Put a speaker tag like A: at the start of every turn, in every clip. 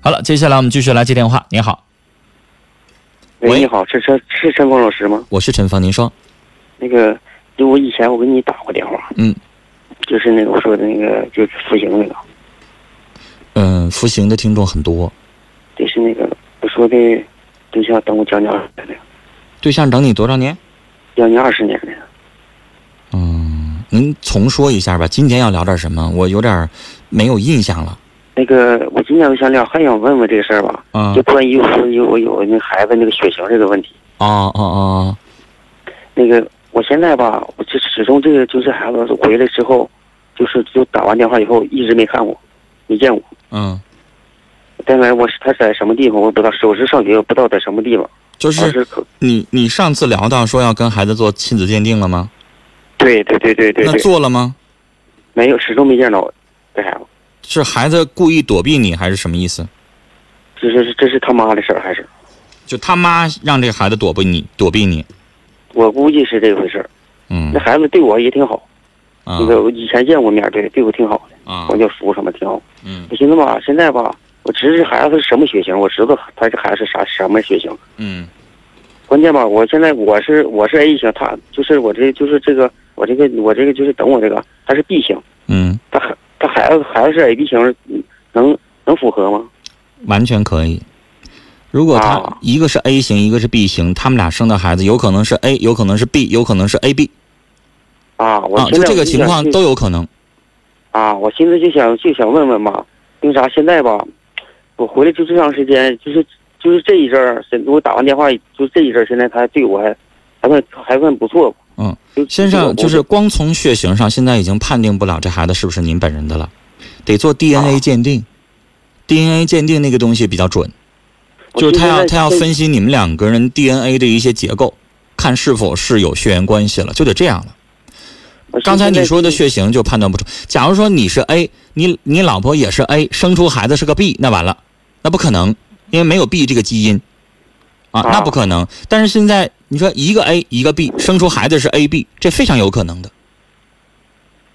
A: 好了，接下来我们继续来接电话。您好，喂
B: 喂，你好，是陈是陈峰老师吗？
A: 我是陈芳，您说，
B: 那个，就我以前我给你打过电话，
A: 嗯，
B: 就是那个我说的那个，就是服刑那个，
A: 嗯、服刑的听众很多，
B: 就是那个我说的对象，等我将近二十年的，
A: 对象等你多少年？
B: 将近二十年的，
A: 嗯，您重说一下吧。今天要聊点什么？我有点儿没有印象了。
B: 那个我今天我想聊，还想问问这个事儿吧，
A: 啊
B: 就关于我说有我有那孩子那个血型这个问题，
A: 哦哦哦，
B: 那个我现在吧，我就始终这个就是孩子回来之后，就是就打完电话以后一直没看我，没见我。
A: 嗯，
B: 但来我是他在什么地方我也不知道，手是上学我不知道在什么地方，
A: 就
B: 当
A: 是
B: 时可
A: 你你上次聊到说要跟孩子做亲子鉴定了吗？
B: 对对对对对
A: 那
B: 对，
A: 做了吗？
B: 没有始终没见着哎这孩子，
A: 是孩子故意躲避你还是什么意思？
B: 这是这是他妈的事儿还是
A: 就他妈让这个孩子躲避你，躲避你。
B: 我估计是这回事儿。
A: 嗯
B: 那孩子对我也挺好，
A: 啊
B: 那个我以前见过面儿，对对我挺好的，
A: 啊
B: 管叫叔什么挺好。
A: 嗯
B: 我寻思吧，现在吧，我知道这孩子是什么血型，我知道他这孩子是啥什么血型。
A: 嗯
B: 关键吧，我现在我是我是 A 型，他就是我这就是这个我这个我这个就是等我这个他是 B 型，
A: 嗯，
B: 他孩他孩子孩子是 A B 型，嗯能能符合吗？
A: 完全可以。如果他
B: 啊
A: 一个是 A 型，一个是 B 型，他们俩生的孩子有可能是 A，有可能是 B，有可能是 AB
B: 啊，我
A: 啊，
B: 现
A: 就
B: 在
A: 这
B: 我
A: 个
B: 就
A: 情
B: 想
A: 况
B: 去
A: 都有可能。
B: 啊，我寻思就想就想问问嘛，为啥现在吧，我回来就这长时间，就是就是这一阵儿，现我打完电话就这一阵儿，现在他对我还还算还算不错。
A: 嗯
B: 就，
A: 先生，
B: 我
A: 就是光从血型上，现在已经判定不了这孩子是不是您本人的了，得做 DNA
B: 啊
A: 鉴定。DNA 鉴定那个东西比较准，
B: 我
A: 就是
B: 寻
A: 他
B: 思
A: 要
B: 那
A: 他要
B: 这
A: 分析你们两个人 DNA 的一些结构，看是否是有血缘关系了，就得这样了。
B: 我寻思
A: 刚才
B: 那
A: 你说的
B: 这
A: 血型就判断不出。假如说你是 A，你你老婆也是 A，生出孩子是个 B，那完了，那不可能，因为没有 B 这个基因，啊，
B: 啊
A: 那不可能。但是现在你说一个 A 一个 B 生出孩子是 AB，这非常有可能的。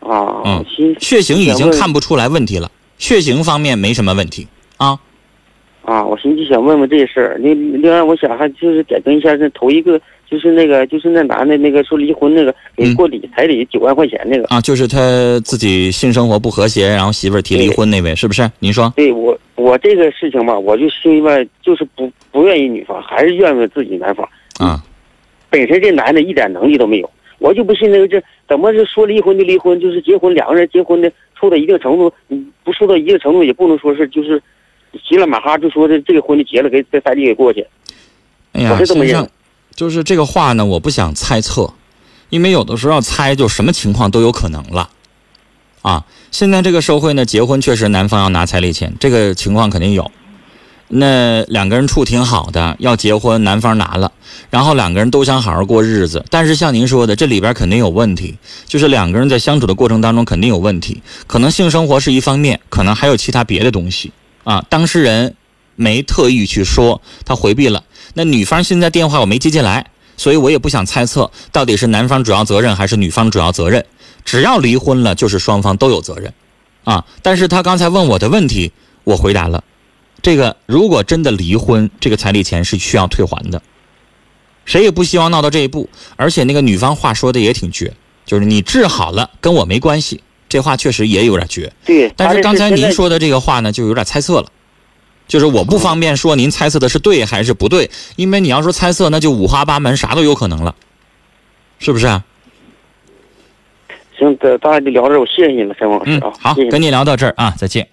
B: 啊，
A: 嗯
B: 我寻思
A: 血型已经
B: 想问
A: 看不出来问题了，血型方面没什么问题啊。
B: 啊，我寻思就想问问这事儿。那另外，我想还就是点评一下，那头一个就是那个就是那男的那个说离婚那个给
A: 嗯
B: 过礼彩礼九万块钱那个。
A: 啊，就是他自己性生活不和谐，然后媳妇儿提离婚那位，是不是？您说
B: 对我，我这个事情吧，我就心里面就是不不愿意女方，还是愿意自己男方。
A: 啊？
B: 本身这男的一点能力都没有，我就不信那个这怎么是说离婚就离婚，就是结婚两个人结婚的，处到一定程度，嗯不处到一定程度也不能说是就是，急了马哈就说这这个婚就结了，给再彩礼给过去。
A: 哎呀
B: 我，是这么
A: 先
B: 认
A: 生
B: 为，
A: 就是这个话呢，我不想猜测，因为有的时候要猜就什么情况都有可能了。啊，现在这个社会呢，结婚确实男方要拿彩礼钱，这个情况肯定有。那两个人处挺好的，要结婚，男方拿了，然后两个人都想好好过日子。但是像您说的，这里边肯定有问题，就是两个人在相处的过程当中肯定有问题，可能性生活是一方面，可能还有其他别的东西啊。当事人没特意去说，他回避了。那女方现在电话我没接进来，所以我也不想猜测到底是男方主要责任还是女方主要责任。只要离婚了，就是双方都有责任，啊。但是他刚才问我的问题，我回答了。这个如果真的离婚，这个彩礼钱是需要退还的，谁也不希望闹到这一步。而且那个女方话说的也挺绝，就是你治好了跟我没关系，这话确实也有点绝。
B: 对，
A: 但
B: 他
A: 是
B: 这
A: 刚才
B: 现在嗯
A: 您说的这个话呢，就有点猜测了，就是我不方便说您猜测的是对还是不对，因为你要说猜测，那就五花八门，啥都有可能了，是不是啊？
B: 行，咱咱俩就聊这儿，我谢谢你了，陈老师
A: 嗯
B: 啊，，
A: 好
B: 谢谢，你
A: 跟您聊到这儿啊，再见。